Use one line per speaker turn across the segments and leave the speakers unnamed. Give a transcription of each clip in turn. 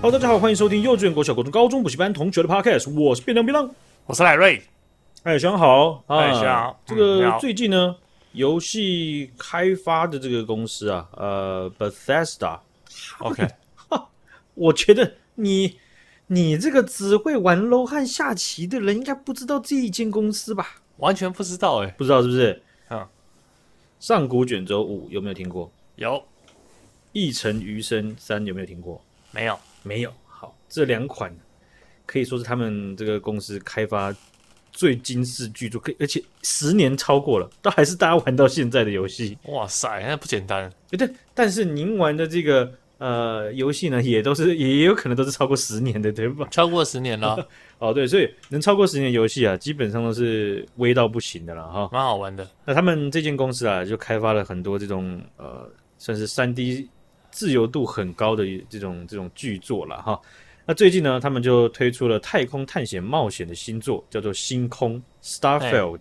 Hello，大家好，欢迎收听幼稚园、国小、国中、高中补习班同学的 Podcast，我是便当便当。
我是赖瑞，
哎，小杨好，啊
哎小杨好
这
嗯你
个
好
最近呢，游戏开发的这个公司啊，呃，Bethesda，
OK，
我觉得你你这个只会玩 LO 和下棋的人，应该不知道这一间公司吧？
完全不知道哎、
不知道是不是？
嗯，
上古卷轴五有没有听过？
有
一城余生三有没有听过？
没有？
没有。好，这两款可以说是他们这个公司开发最惊世巨作，可以而且十年超过了，都还是大家玩到现在的游戏。
哇塞，那不简单，
诶对，但是您玩的这个呃游戏呢，也都是 也也有可能都是超过十年的，对吧？
超过十年 了，
哦，对，所以能超过十年的游戏啊，基本上都是微到不行的了哈。
蛮好玩的。
那他们这间公司啊，就开发了很多这种呃，算是三 D 自由度很高的这种这种巨作了哈。那最近呢，他们就推出了太空探险冒险的新作，叫做《星空 Starfield》。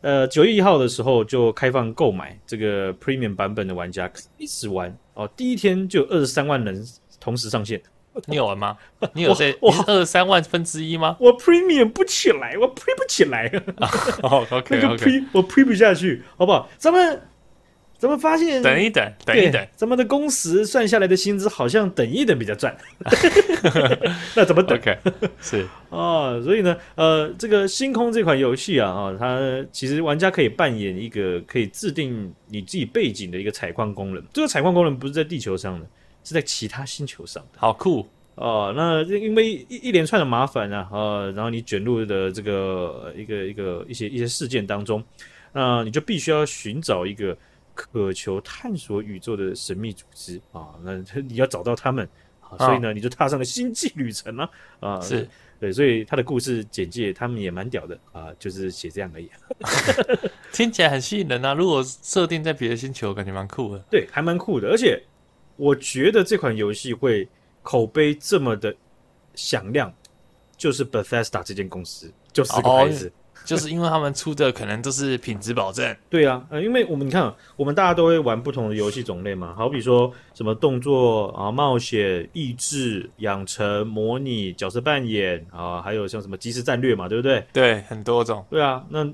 呃，九月一号的时候就开放购买这个 Premium 版本的玩家开始玩哦，第一天就有二十三万人同时上线。
你有玩吗？你有这
我
你是二三万分之一 吗
我 Premium 不起来，我 Pre 不起来。那
？OK
个
OK，
Pre 我 Pre 不下去，好不好？咱们咱们发现
等一等，等
对，
一等
咱们的工时算下来的薪资好像等一等比较赚， 那怎么等
，OK，是
啊、所以呢，呃，这个《星空》这款游戏啊，啊，它其实玩家可以扮演一个可以制定你自己背景的一个采矿工人。这个采矿工人不是在地球上的，是在其他星球上的。
好酷，
哦，那因为一一连串的麻烦啊，呃，然后你卷入的这个呃一个一个一些一些事件当中，那、你就必须要寻找一个渴求探索宇宙的神秘组织啊，那 你要找到他们啊，所以呢，你就踏上了星际旅程了啊，
是
对，所以他的故事简介他们也蛮屌的啊，就是写这样而已，
听起来很吸引人啊。如果设定在别的星球，感觉蛮酷的。
对，还蛮酷的，而且我觉得这款游戏会口碑这么的响亮，就是 Bethesda 这间公司就是这个
哦
牌子。
就是因为他们出的可能都是品质保证，
对啊，呃，因为我们你看啊，我们大家都会玩不同的游戏种类嘛，好比说什么动作啊、冒险、益智、养成、模拟、角色扮演啊，还有像什么即时战略嘛，对不对？
对，很多种，
对啊，那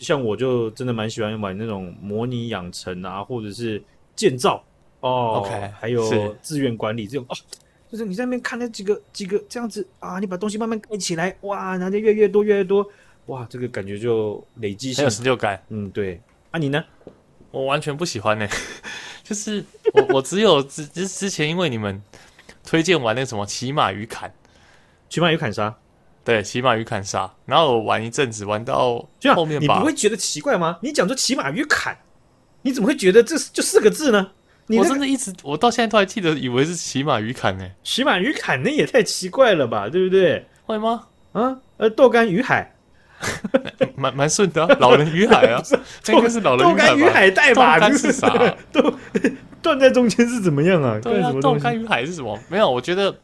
像我就真的蛮喜欢玩那种模拟养成啊，或者是建造哦
OK，
还有
是
资源管理这种哦。就是你在那边看那几个几个这样子啊，你把东西慢慢盖起来，哇，然后就越来越多越来越多，哇，这个感觉就累积
很
性
有，成就感。
嗯，对。啊，你呢？
我完全不喜欢呢、 就是我我只有之之之前因为你们推荐玩那个什么骑马与砍，
起码有砍杀，
对，骑马与砍杀。然后我玩一阵子，玩到
就
后面
啊你
吧
不，会觉得奇怪吗？你讲说骑马与砍，你怎么会觉得这是就四个字呢？你
我
那
真
个
的一直，我到现在都还记得，以为是骑马与砍呢、欸
骑马与砍，那也太奇怪了吧，对不对？
会吗？
啊，呃，豆干与海，
蛮蛮顺的啊、老人与海 啊，这应该是老人
豆干
与
与
海吧？
海带吧？
豆干是 啥啊
豆断在中间是怎么样啊？
对
干
啊
什，么
豆
东西
干与海是什么？没有，我觉得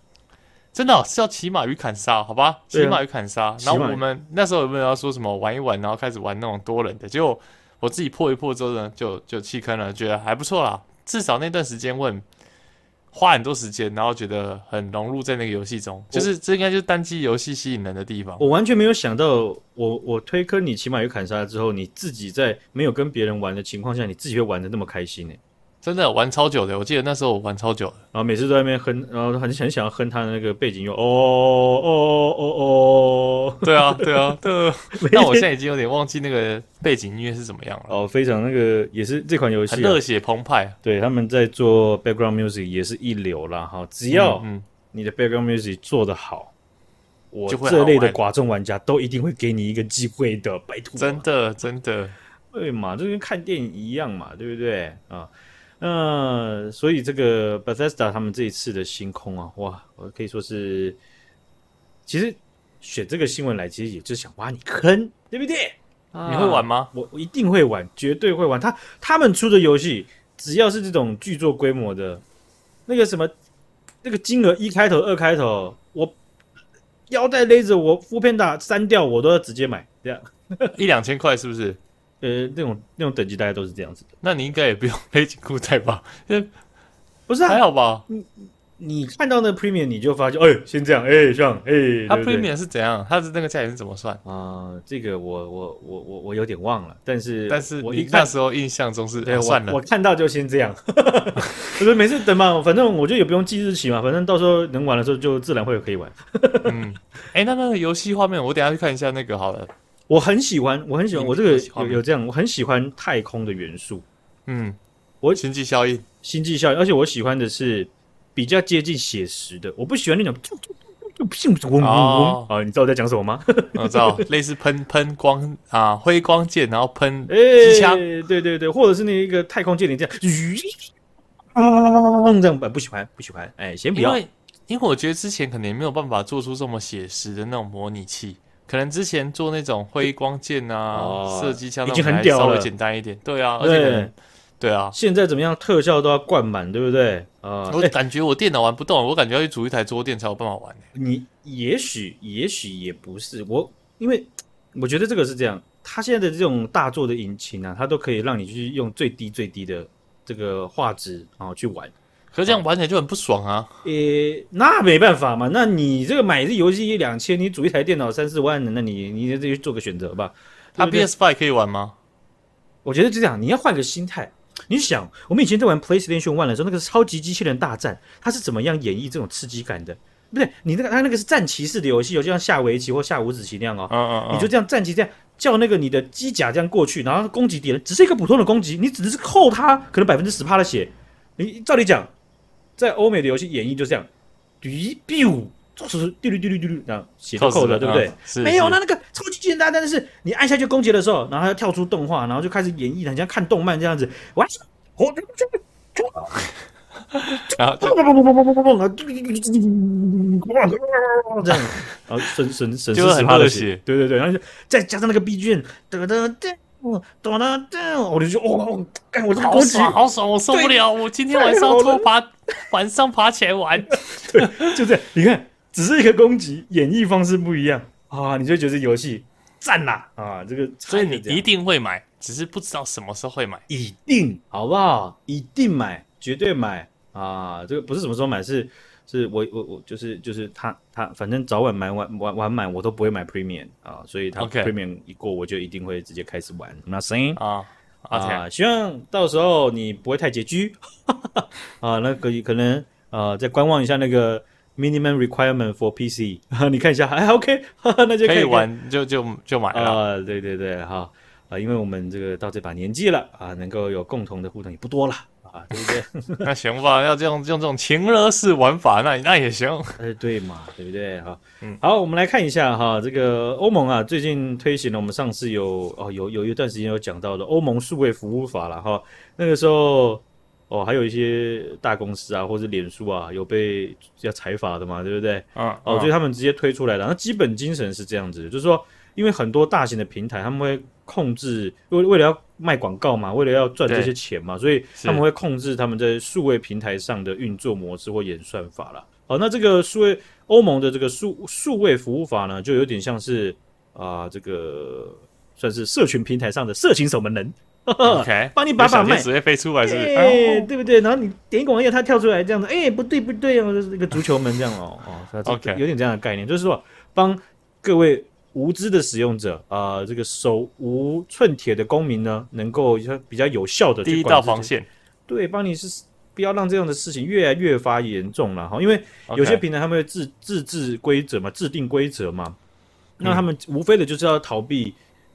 真的哦、是要骑马与砍杀，好吧？
对啊
骑马与砍杀。
骑马
然
与
后我们那时候有没有要说什么玩一玩，然后开始玩那种多人的？结果我自己破一破之后呢，就就弃坑了，觉得还不错啦。至少那段时间我很花很多时间，然后觉得很融入在那个游戏中，就是这应该就是单机游戏吸引人的地方。
我完全没有想到我，我推坑你骑马与砍杀之后，你自己在没有跟别人玩的情况下，你自己会玩的那么开心呢、
真的玩超久的，我记得那时候我玩超久的。
然后每次都在那边哼，然后很很想要哼他的那个背景音乐，哦哦哦哦，
对啊，对 啊，对啊。
每
但我
天
现在已经有点忘记那个背景音乐是怎么样了，
哦，非常那个也是这款游
很
戏、啊
热，血澎湃。
对，他们在做 background music 也是一流啦哈。只要
嗯，嗯
你的 background music 做得好，我
就会
这类
好
的
玩
寡众玩家都一定会给你一个机会的，拜托。
真的真的，
对嘛，这跟看电影一样嘛，对不对啊？那所以这个 Bethesda 他们这一次的星空啊，哇，我可以说是，其实选这个新闻来，其实也就是想挖你坑，对不对？啊
你会玩
吗？
吗？
我我一定会玩，绝对会玩。他他们出的游戏，只要是这种巨作规模的，那个什么，那个金额一开头、二开头，我腰带勒着我，副片打删掉，我都要直接买。这样，
一两千块是不是？
呃，那种那种等级大家都是这样子的，
那你应该也不用背紧裤带吧？
不是啊
还？好吧？
你看到那个 premium 你就发现，哎，先这样，哎，这样，哎，
它
对不对
premium 是怎样？它的那个价钱是怎么算？
啊、这个我我我我我有点忘了，但是
但是
我一
你
看
那时候印象中是
对，
啊
我
算了
我看到就先这样。 我说每次等嘛，反正我就也不用记日期嘛，反正到时候能玩的时候就自然会有可以玩。
嗯，哎、那那个游戏画面，我等一下去看一下那个好了。
我很喜欢，我很喜欢，
你
我这个
你喜欢
有
吗
有这样，我很喜欢太空的元素、
嗯，
我
经济效应，
星际效应，而且我喜欢的是比较接近写实的，我不喜欢那种就就就就就嗡嗡嗡
哦
啊！你知道我在讲什么吗？
我 知道，类似喷喷光啊，挥光剑，然后喷
哎、
机枪，
对对对，或者是那一个太空剑灵这样，啊，这样不不喜欢，不喜欢，哎、先不
因
要。
为因为我觉得之前可能也没有办法做出这么写实的那种模拟器，可能之前做那种挥光剑
哦
啊、射击枪
已
那
经
种
很
还
屌
稍
了
微简单一点。对啊，而且可
对
能，对啊，
现在怎么样？特效都要灌满，对不对？啊、
我感觉我电脑玩不动，我感觉要去组一台桌垫才有办法玩、
你也许也许也不是我，因为我觉得这个是这样，它现在的这种大作的引擎啊，它都可以让你去用最低最低的这个画质然后去玩。
可是这样玩起来就很不爽啊！
诶，那没办法嘛，那你这个买这游戏一两千，你组一台电脑三四万的，那你你就自己做个选择吧。
它
对不对
PS Five 可以玩吗？
我觉得就这样，你要换个心态。你想，我们以前在玩 PlayStation One 的时候，那个超级机器人大战，它是怎么样演绎这种刺激感的？不对，你那个它那个是战棋式的游戏，哦，就像下围棋或下五子棋那样哦。
嗯嗯嗯，
你就这样站起，这样叫那个你的机甲这样过去，然后攻击敌人，只是一个普通的攻击，你只是扣他可能百分之十趴的血。你照理讲，在欧美的游戏演绎就这样，滴 biu，滴溜滴溜滴溜，这样血都扣
死
了，
了，
对不对？
嗯？是
没有，
是
那那个超级简单，但是你按下去攻击的时候，然后它要跳出动画，然后就开始演绎，很像看动漫这样子。哇，我
然后
砰砰砰砰砰砰砰砰，这样，然后损损损失十趴的血，对对对，然后就再加上那个 B g 噔噔噔，噔噔噔，我就说哦，干我这个
好
攻击
爽，好爽，我受不了！我今天晚上
太好了
偷爬， 晚上爬起来玩。
就这样，你看，只是一个攻击，演绎方式不一样啊，你就觉得游戏赞啦啊，这个，
所以你 一定会买，只是不知道什么时候会买。
一定好不好？一定买，绝对买啊！这个不是什么时候买，是是我我我就是就是他他，反正早晚买晚晚晚买我都不会买 premium 啊，所以他
OK
premium 一过我就一定会直接开始玩。那声音
啊，OK，
啊，希望到时候你不会太拮据 啊，那可以可能呃再观望一下那个 minimum requirement for PC，你看一下，哎 OK，那 就
可
看
以
一看
玩就就就买了。
啊、对对对，哈，啊，因为我们这个到这把年纪了啊，能够有共同的互动也不多了啊，对不 对？
那行吧，要这样用这种情勒式玩法，那那也行。
哎，对嘛，对不对？哈，
嗯
好，我们来看一下哈，这个欧盟啊，最近推行了我们上次有哦有有一段时间有讲到的欧盟数位服务法了哈，那个时候。哦，还有一些大公司啊，或者脸书啊，有被要裁罚的嘛，对不对？
嗯，
哦，所以
嗯
他们直接推出来了。那基本精神是这样子，就是说，因为很多大型的平台他们会控制，为为了要卖广告嘛，为了要赚这些钱嘛，所以
是
他们会控制他们在数位平台上的运作模式或演算法啦。哦，那这个数位欧盟的这个数数位服务法呢，就有点像是啊、这个算是社群平台上的色情守门人，
OK，
帮你把把
小天
脉。
使会飞出来是不是？
哎、
哦
对不对？然后你点一广页，它跳出来这样子，哎、不对不对哦，就是一个足球门这样哦哦它这
OK
有点这样的概念，就是说帮各位无知的使用者啊、呃这个手无寸铁的公民呢，能够比较有效的
第一道防，线，
对，帮你是不要让这样的事情越来越发严重了哈，因为
OK
有些平台他们会自自制规则嘛，制定规则嘛，那
嗯
他们无非的就是要逃避。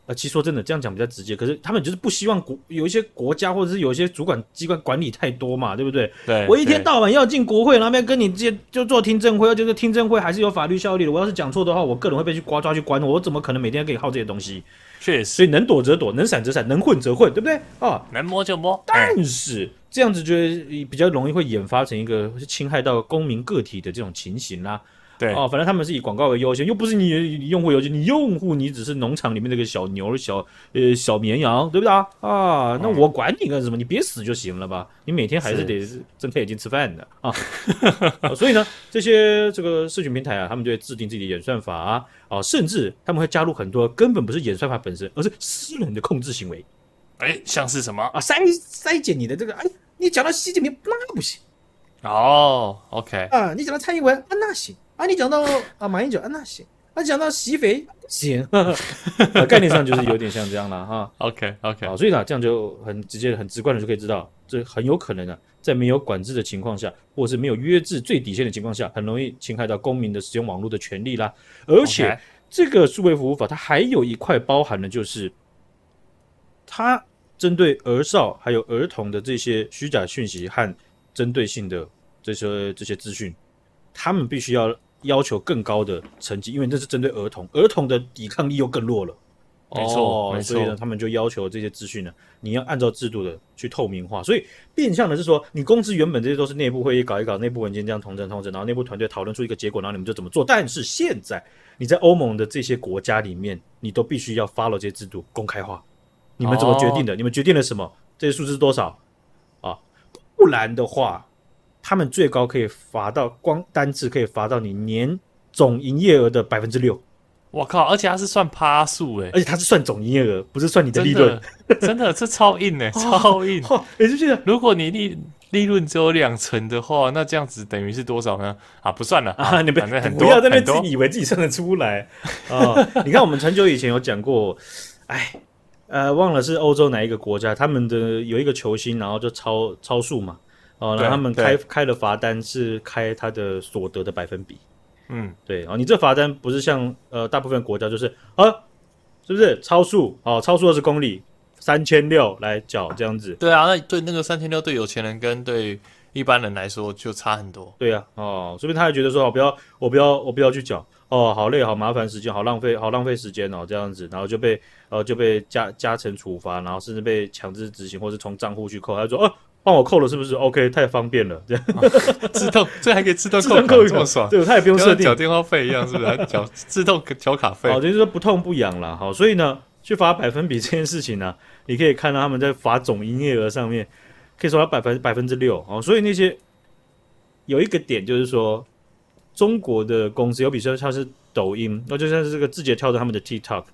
呃，其实说真的，这样讲比较直接，可是他们就是不希望国有一些国家或者是有一些主管机关管理太多嘛，对不对？
对，
我一天
对
到晚要进国会，然后要跟你接就做听证会，而且这听证会还是有法律效力的。我要是讲错的话，我个人会被去刮抓去关，我怎么可能每天给你耗这些东西？
确实
所以能躲则躲，能闪则闪，能混则混，对不对？啊，
能摸就摸。哎
但是这样子就会比较容易会引发成一个侵害到公民个体的这种情形啦、
对，
哦，反正他们是以广告为优先，又不是你你用户优先，你用户你只是农场里面那个小牛、小呃小绵羊，对不对啊？
哦
啊，那我管你干什么？你别死就行了吧？你每天还是
是
得睁开眼睛吃饭的 啊。哦所以呢，这些这个社群平台啊，他们就会制定自己的演算法啊，啊，甚至他们会加入很多根本不是演算法本身，而是私人的控制行为。
哎，像是什么？
啊，筛筛减你的这个，哎，你讲到习近平那不行，
哦，OK，
啊，你讲到蔡英文啊，那行啊，你讲到啊马英九啊，那行啊，讲到习肥行、 啊概念上就是有点像这样了哈。
OK OK，
好，所以呢，这样就很直接、很直观的就可以知道，这很有可能啊，在没有管制的情况下，或者是没有约制最底线的情况下，很容易侵害到公民的使用网络的权利啦。而且
OK
这个数位服务法它还有一块包含的就是，它针对儿少还有儿童的这些虚假讯息和针对性的这些这些资讯，他们必须要要求更高的成绩，因为这是针对儿童，儿童的抵抗力又更弱了。
没错
哦
没
所以呢，
错，
他们就要求这些资讯呢，你要按照制度的去透明化。所以变相的是说，你公司原本这些都是内部会议搞一搞，内部文件这样同整同整，然后内部团队讨论出一个结果，然后你们就怎么做。但是现在你在欧盟的这些国家里面，你都必须要 follow 这些制度公开化。你们怎么决定
哦
的？你们决定了什么？这些数字是多少啊？不然的话，他们最高可以罚到光单次可以罚到你年总营业额的百分之六，
我靠，而且它是算趴数哎，
而且它是算总营业额，不是算你的利
真
润
的。 真的这超硬哎，超硬。
哦，也就是
如果你利利润只有两成的话，那这样子等于是多少呢？啊，不算了
啊， 你不
反正很
不
多
要在那
很
边自
多
己以为自己算得出来啊、 你看，我们很久以前有讲过，哎，呃，忘了是欧洲哪一个国家，他们的有一个球星，然后就超超速嘛，哦、然
对
后他们开
对
开的罚单是开他的所得的百分比，
嗯，
对，哦，你这罚单不是像呃大部分国家就是啊，是不是超速？哦，超速二十公里，三千六来缴这样子，
对啊，那对那个三千六对有钱人跟对一般人来说就差很多。
对呀、哦，说不定他还觉得说，哦，不要，我不要，我不要去缴，哦，好累，好麻烦时间，好浪费，好浪费时间哦，这样子，然后就被呃就被加加成处罚，然后甚至被强制执行，或是从账户去扣。他就说，哦、帮我扣了是不是？OK，太方便了，这样
自动，这还可以自动
自
扣
动
款，
扣
这么爽，
对，他也不用
跟
设
缴
定，
电话费一样，是不是？还缴自动缴卡费
哦，，就是说不痛不痒啦。好，所以呢，去罚百分比这件事情呢、啊 你可以看到他们在罚总营业额上面，可以说到百分百分之六哦。所以那些有一个点就是说，中国的公司，有比如说像是抖音，那就像是这个字节跳动他们的 TikTok，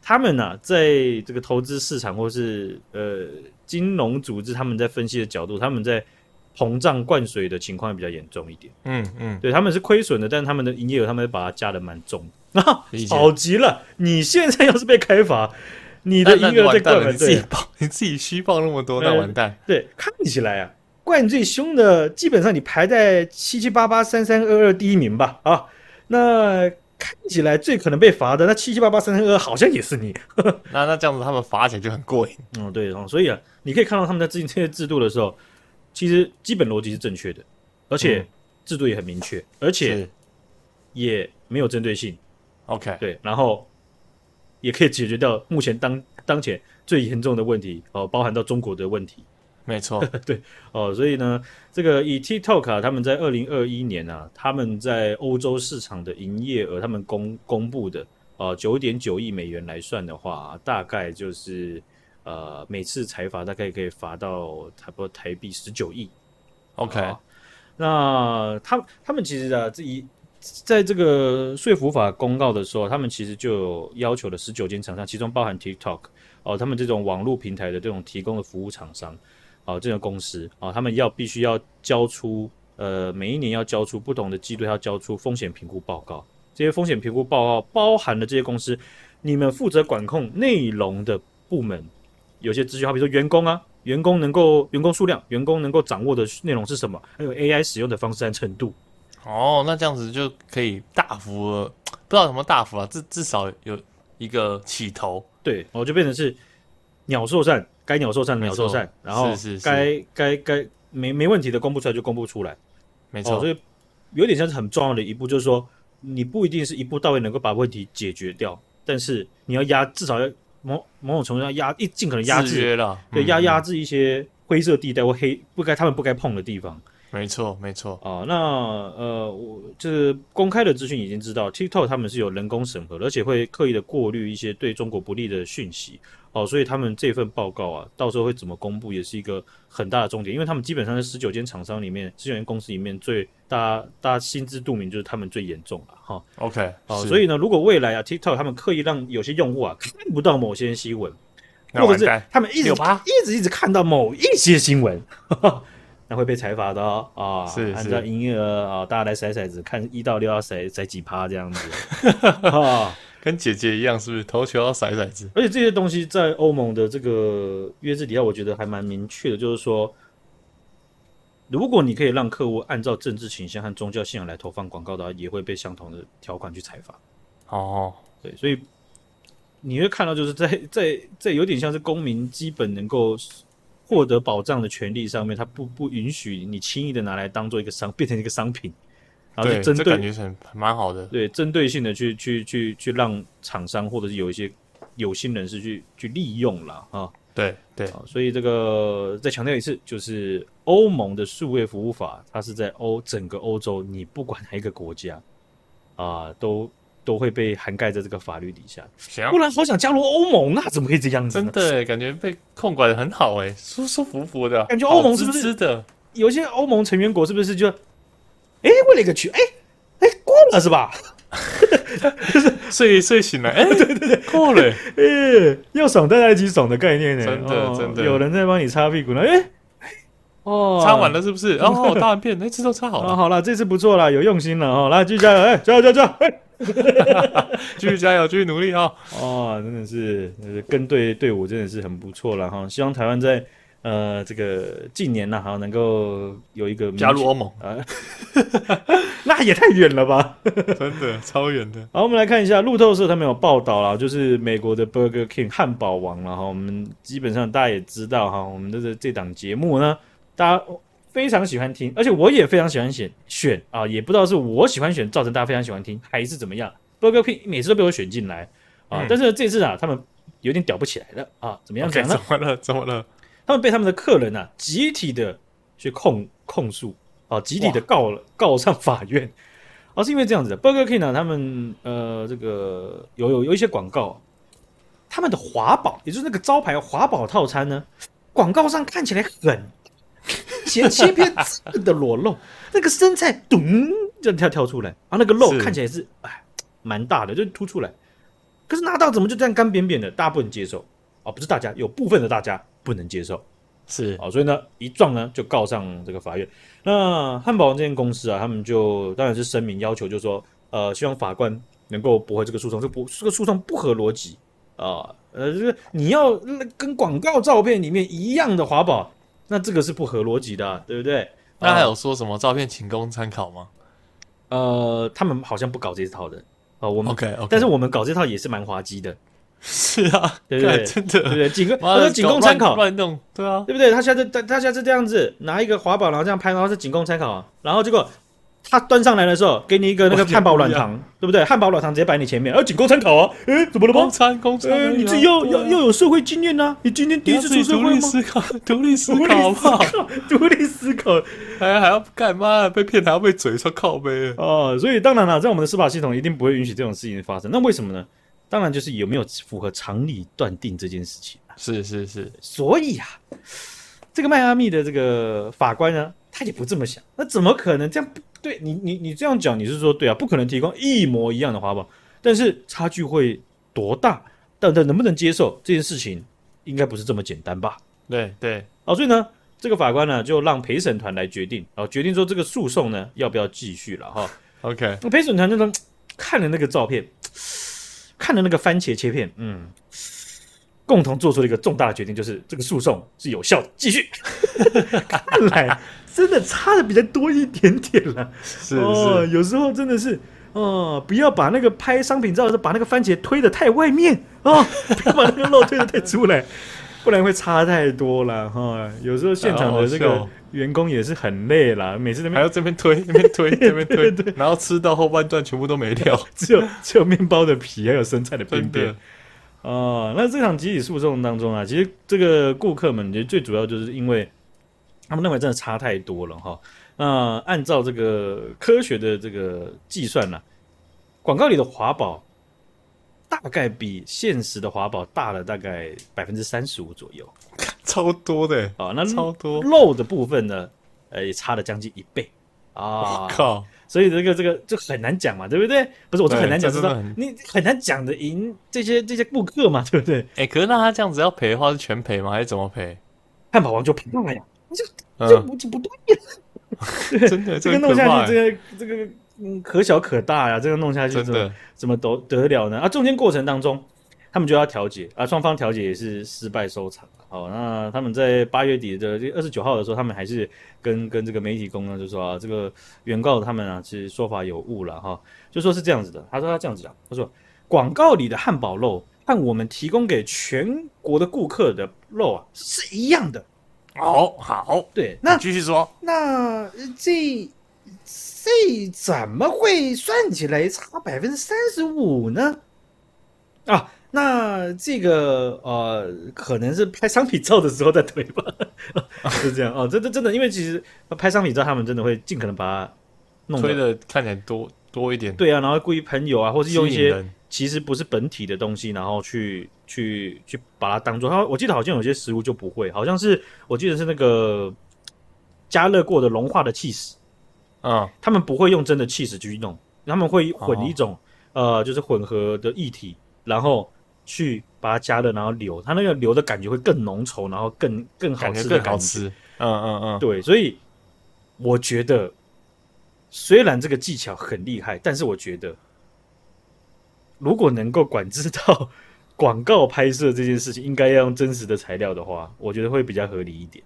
他们呢、啊在这个投资市场或是呃金融组织，他们在分析的角度，他们在膨胀灌水的情况比较严重一点。
嗯嗯，
对，他们是亏损的，但是他们的营业额他们把它加的蛮重的， 啊
理，解
好极了。你现在要是被开罚，你的
那
营
那
业额
完
在
蛋
灌
了，
很
你自己
对
报，你自己虚报那么多，
对
那完蛋。
对，看起来啊，灌最凶的基本上你排在七七八八三三二二第一名吧啊，那看起来最可能被罚的那七七八八三三二好像也是你，
那那这样子，他们罚起来就很过瘾。
嗯，对，哦所以啊，你可以看到他们在制定这些制度的时候，其实基本逻辑是正确的，而且
嗯
制度也很明确，而且
是
也没有针对性。
OK，
对，然后也可以解决掉目前当当前最严重的问题哦、包含到中国的问题
没错，
哦、所以呢，这个以 TikTok 啊，他们在二零二一年啊，他们在欧洲市场的营业额，他们公公布的呃九点九亿美元来算的话，大概就是呃每次财罚大概可以罚到差不多台币十九亿
OK，
好那他他们其实啊，这一在这个说服法公告的时候，他们其实就有要求了十九间厂商，其中包含 TikTok 哦，他们这种网络平台的这种提供的服务厂商哦，这种公司哦，他们要必须要交出呃，每一年要交出不同的季度要交出风险评估报告，这些风险评估报告包含了这些公司你们负责管控内容的部门有些资讯，好比说员工啊，员工能够员工数量，员工能够掌握的内容是什么，还有 AI 使用的方式和程度。
哦，那这样子就可以大幅地，不知道什么大幅啊，至至少有一个起头。
对，我就变成是鸟兽散，该鸟兽散的
没
鸟
错
兽散，然后
是是是
该该该没没问题的公布出来就公布出来。
没
哦，
错
所，以有点像是很重要的一步，就是说你不一定是一步到位能够把问题解决掉，但是你要压，至少要某某种程度上压，一尽可能压
制
制，
约了，
对，
嗯
压
嗯
压制一些灰色地带或黑不该他们不该碰的地方。
没错，没错，
啊、那呃，我这公开的资讯已经知道，TikTok 他们是有人工审核的，而且会刻意的过滤一些对中国不利的讯息。哦，所以他们这份报告啊，到时候会怎么公布，也是一个很大的重点，因为他们基本上是十九间厂商里面，十九间公司里面最大大家心知肚明，就是他们最严重了哈。
OK，
哦，
是
所以呢，如果未来啊，TikTok 他们刻意让有些用户啊看不到某些新闻，
那
或
完
者是
蛋，
啊他们一直
六八
一直一直看到某一些新闻， 那会被裁罚的哦啊。
是
按
是
照营业额啊，大家来甩骰子，看一到六要甩甩几趴这样子 啊。
跟姐姐一样，是不是投球要甩骰子？
而且这些东西在欧盟的这个约制底下，我觉得还蛮明确的，就是说，如果你可以让客户按照政治倾向和宗教信仰来投放广告的话，也会被相同的条款去裁罚。
哦，
对，所以你会看到，就是在在在有点像是公民基本能够获得保障的权利上面，它不不允许你轻易的拿来当做一个商变成一个商品，然后
对，
就针
这
对
感觉是很蛮好的。
对针对性的去去去去让厂商或者是有一些有心人士去去利用了啊
对对，
啊，所以这个再强调一次，就是欧盟的数位服务法，它是在欧整个欧洲，你不管哪一个国家啊，都都会被涵盖在这个法律底下。
行，啊
不然好想加入欧盟啊，怎么可以这样子
真
呢？
的感觉被控管的很好哎，舒舒服服的，
感觉欧盟是不是
好滋滋的？
有些欧盟成员国是不是就，哎，为了一个区，哎，哎，过了是吧？
睡睡醒了，哎， 对对对，过 了，
哎，要爽大家一起爽的概念呢，
真的
哦
真的
有人在帮你擦屁股呢，哎，哦，
擦完了是不是？ 哦，大完片，哎，这都擦好
啊，
了，
好了，这次不错了，有用心了哦，来继续加油，哎，加油加油加油，哎，
继续加油，继续努力啊！
哦，真的是，呃跟队队伍真的是很不错了哈，希望台湾在呃这个近年呢，哈，能够有一个明
加入
确，
欧盟，
那也太远了吧。
真的超远的，
好，我们来看一下路透社他们有报道啦，就是美国的 Burger King 汉堡王了哈。我们基本上大家也知道哈，我们的这这档节目呢，大家非常喜欢听，而且我也非常喜欢选选啊，也不知道是我喜欢选造成大家非常喜欢听，还是怎么样。Burger King 每次都被我选进来啊，
嗯
但是这次啊，他们有点屌不起来了啊，怎么样
OK，
讲呢
怎么了？怎么了？
他们被他们的客人啊集体的去控控诉啊，集体的
哇
告了告上法院。 而、是因为这样子的，Burger King 呢、他们呃这个有有有一些广告，啊他们的华宝，也就是那个招牌华宝套餐呢，广告上看起来很斜切片自的裸露，那个身材咚就跳跳出来，啊那个肉
是
看起来是哎蛮大的，就凸出来。可是拿到怎么就这样干扁扁的？大家不能接受啊！不是大家，有部分的大家不能接受。
是
哦好，所以呢，一撞呢就告上这个法院。那汉堡王这间公司啊，他们就当然是声明要求，就是说，呃，希望法官能够驳回这个诉讼，这不这个诉讼不合逻辑啊，呃，就是你要那跟广告照片里面一样的华宝，那这个是不合逻辑的啊、对不对？
那还
啊
有说什么照片仅供参考吗
呃，他们好像不搞这一套的啊，我们
？OK OK，
但是我们搞这套也是蛮滑稽的，
是啊，
对不对
干真
对不
的，
对？仅供
妈
我
的
说仅供
搞
参考，
乱乱弄，对啊，
对不对？他下次他他下次这样子拿一个华宝，然后这样拍，然后是仅供参考，啊然后结果他端上来的时候，给你一个那个
完全
汉堡软
不一样
糖，对不对？汉堡软糖直接摆你前面，而仅供参考啊，诶，怎么了
公
吗？
参公参而已
诶，
啊，
你自己要
对啊
要要有社会经验呐、你今天第一次出社
独
会
立
吗？
思考， 独立思
独立
考好
思
不好哎
考？，独立思考
还还要干嘛？被骗还要被嘴说靠背，
哦，所以当然了，在我们的司法系统一定不会允许这种事情发生。那为什么呢？当然就是有没有符合常理断定这件事情。
是是是，
所以啊，这个迈阿密的这个法官呢，他也不这么想。那怎么可能这样不？对你，你你这样讲，你是说对啊？不可能提供一模一样的花宝，但是差距会多大？但但能不能接受这件事情，应该不是这么简单吧？
对对，
啊，所以呢，这个法官呢就让陪审团来决定，啊，决定说这个诉讼呢要不要继续了哈。
OK，
那陪审团就说，看了那个照片，看了那个番茄切片，嗯，共同做出了一个重大的决定，就是这个诉讼是有效的，继续。 看来真的差的比较多一点点了。
是
哦，
是，
有时候真的是。哦，不要把那个拍商品照的时候把那个番茄推的太外面哦， 不要把那个肉推的太出来，不然会差太多了哈、有时候现场的这
好好
个
笑哦
员工也是很累啦，每次那边
还要这边 推那边推这边推，然后吃到后半段全部都没 掉，
只有只有面包的皮，还有生菜的边
真
边
的。
哦，那这场集体诉讼当中啊，其实这个顾客们，其实最主要就是因为他们认为真的差太多了哈。那按照这个科学的这个计算呢、广告里的华宝大概比现实的华宝大了大概百分之三十五左右
超多的，
啊。那
超多，
肉的部分呢，呃，也差了将近一倍啊。
靠，
所以这个这个就很难讲嘛，对不对？不是，我就
对
很难讲，
这
知
真的
道
很
你很难讲的赢这些这些顾客嘛，对不对？
哎，可是那他这样子要赔的话是全赔吗？还是怎么赔？
汉堡王就赔上了呀，这
嗯，
不这不对，
真的，
这个
真的
弄
可
下
怕
去，
欸
这个这个嗯可小可大呀、这个弄下去
真
怎么
的，
怎么都得了呢？啊，中间过程当中，他们就要调解啊，双方调解也是失败收场。好，那他们在八月底的这二十九号的时候，他们还是跟跟这个媒体公呢，就说啊，这个原告他们啊，其实说法有误了哈，就说是这样子的。他说他这样子讲，他说广告里的汉堡肉和我们提供给全国的顾客的肉啊是一样的。
好好，
对，那
你继续说，
那呃这这怎么会算起来差百分之三十五呢？啊，那这个呃，可能是拍商品照的时候在推吧， 是这样哦。这这真的，因为其实拍商品照，他们真的会尽可能把它弄得
推的看起来多多一点，
对啊，然后故意喷油啊，或是
吸
用一
引
些
人，
其实不是本体的东西，然后去去去把它当做它。我记得好像有些食物就不会，好像是我记得是那个加热过的融化的气死，
嗯，
他们不会用真的气死去弄，他们会混一种、
哦
呃，就是混合的液体，然后去把它加热，然后流，它那个流的感觉会更浓稠，然后更更好
感觉
吃的
更
感
好
觉
吃，嗯嗯嗯，
对，所以我觉得虽然这个技巧很厉害，但是我觉得如果能够管制到 广告拍摄这件事情，应该要用真实的材料的话，我觉得会比较合理一点。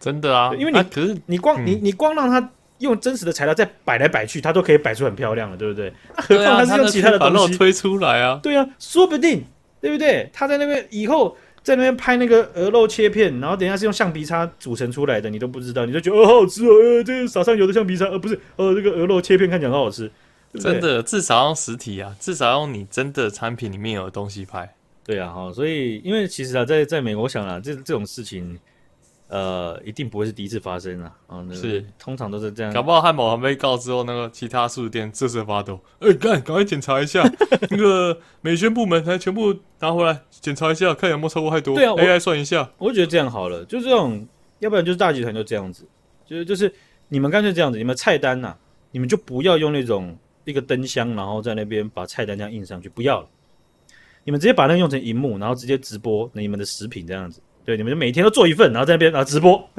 真的啊，
对因为你
啊可是
你光、你
嗯
你光让它用真实的材料再摆来摆去，它都可以摆出很漂亮了，对不对？那何
对
况
啊，
它是用
的
其他的
把肉
东西，
推出来啊，
对啊，说不定对不对？他在那边以后。在那边拍那个鹅肉切片，然后等一下是用橡皮擦组成出来的，你都不知道，你就觉得哦好好吃哦，呃，这个撒上油的橡皮擦，呃不是，呃这个鹅肉切片看起来很好吃，对不对
真的，至少要用实体啊，至少要用你真的产品里面有的东西拍，
对啊，哈，所以因为其实啊，在在美国，我想啊，这这种事情，呃，一定不会是第一次发生啊，啊，那
是
通常都是这样，
搞不好汉堡王被告之后，那个其他素店瑟瑟发抖。 哎、干，赶快检 查一下那个美宣部门，来全部拿回来检查一下，看有没有超过太多。
对啊我
，AI 算 一下。
我觉得这样好了，就这种，要不然就是大集团就这样子，就是就是你们干脆这样子，你们菜单呐、你们就不要用那种一个灯箱，然后在那边把菜单这样印上去，不要了，你们直接把那个用成荧幕，然后直接直播你们的食品这样子，对，你们就每天都做一份，然后在那边啊直播，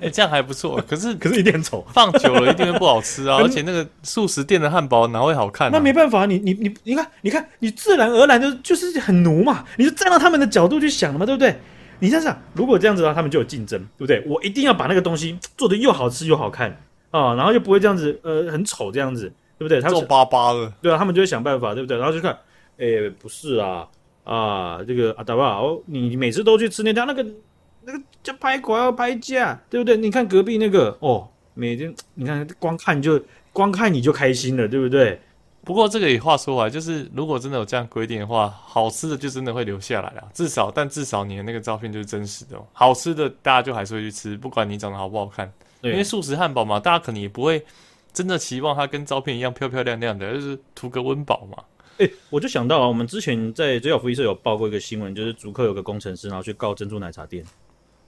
哎、这样还不错。可是
可是一定很丑，
放久了一定会不好 吃啊，
可是
而且那个素食店的汉堡哪会好看、啊？
嗯那没办法，你你你你看，你看，你自然而然的就是很奴嘛，你就站到他们的角度去想了嘛，对不对？你想想，如果这样子的话，他们就有竞争，对不对？我一定要把那个东西做的又好吃又好看啊、然后又不会这样子，呃，很丑这样子，对不对？他们
皱巴巴的。
对啊，他们就会想办法，对不对？然后就看，哎，不是啊，啊，这个阿达巴，哦，你每次都去吃那家，那个那个叫拍垮要拍价，对不对？你看隔壁那个，哦，每天你看光看就光看你就开心了，对不对？
不过这个也话说回来，就是如果真的有这样规定的话，好吃的就真的会留下来啦。至少，但至少你的那个照片就是真实的、哦，好吃的大家就还是会去吃，不管你长得好不好看。
对
因为素食汉堡嘛，大家可能也不会真的期望它跟照片一样漂漂亮亮的，就是图个温饱嘛。
哎、我就想到啊，我们之前在嘴角福一社有报过一个新闻，就是竹客有个工程师，然后去告珍珠奶茶店。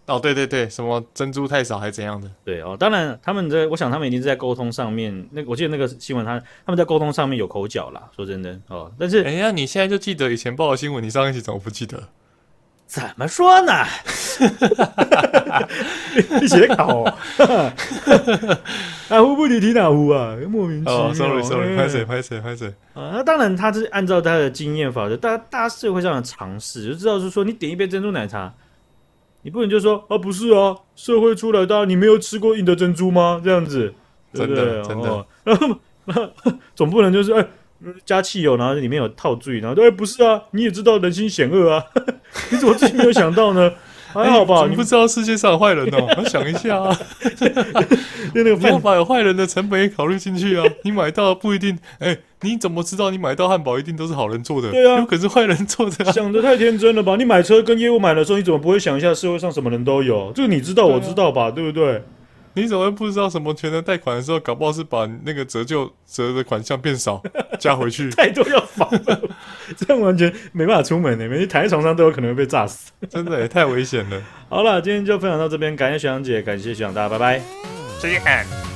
哦，对对对，什么珍珠太少还怎样的？
对哦，当然他们在，我想他们一定是在沟通上面，那个我记得那个新闻他，他们在沟通上面有口角啦。说真的哦，但是
哎呀，你现在就记得以前报的新闻，你上一期怎么不记得？
怎么说呢？ 一起来搞、哦，啊，呼不提提哪呼啊，莫名其妙。
哦，sorry
哎
sorry，拍谁拍谁拍谁？
啊，那当然，他是按照他的经验法则，大大家社会上的常识，就知道是说，你点一杯珍珠奶茶，你不能就说啊，不是啊，社会出来的、啊，你没有吃过硬的珍珠吗？这样子，对不
真
对
的真的
哦然后 那总不能就是哎、加汽油，然后里面有套醉，然后就哎、不是啊，你也知道人心险恶啊， 你怎么自己没有想到呢？还好吧，
哎你
你
不知道世界上有坏人哦？我想一下啊，
那个
你要
饭
把有坏人的成本也考虑进去啊。你买到不一定，哎，你怎么知道你买到汉堡一定都是好人做的？
对啊
有可能是坏人做的啊。
想的太天真了吧？你买车跟业务买的时候，你怎么不会想一下社会上什么人都有？这个你知道，
对啊
我知道吧，对不对？
你怎么会不知道什么全额贷款的时候，搞不好是把那个折旧折的款项变少加回去？
太多要防了，这样完全没办法出门的，每天躺在床上都有可能会被炸死。
真的也太危险了。
好了，今天就分享到这边，感谢学长姐，感谢学长，大家拜拜。
再见。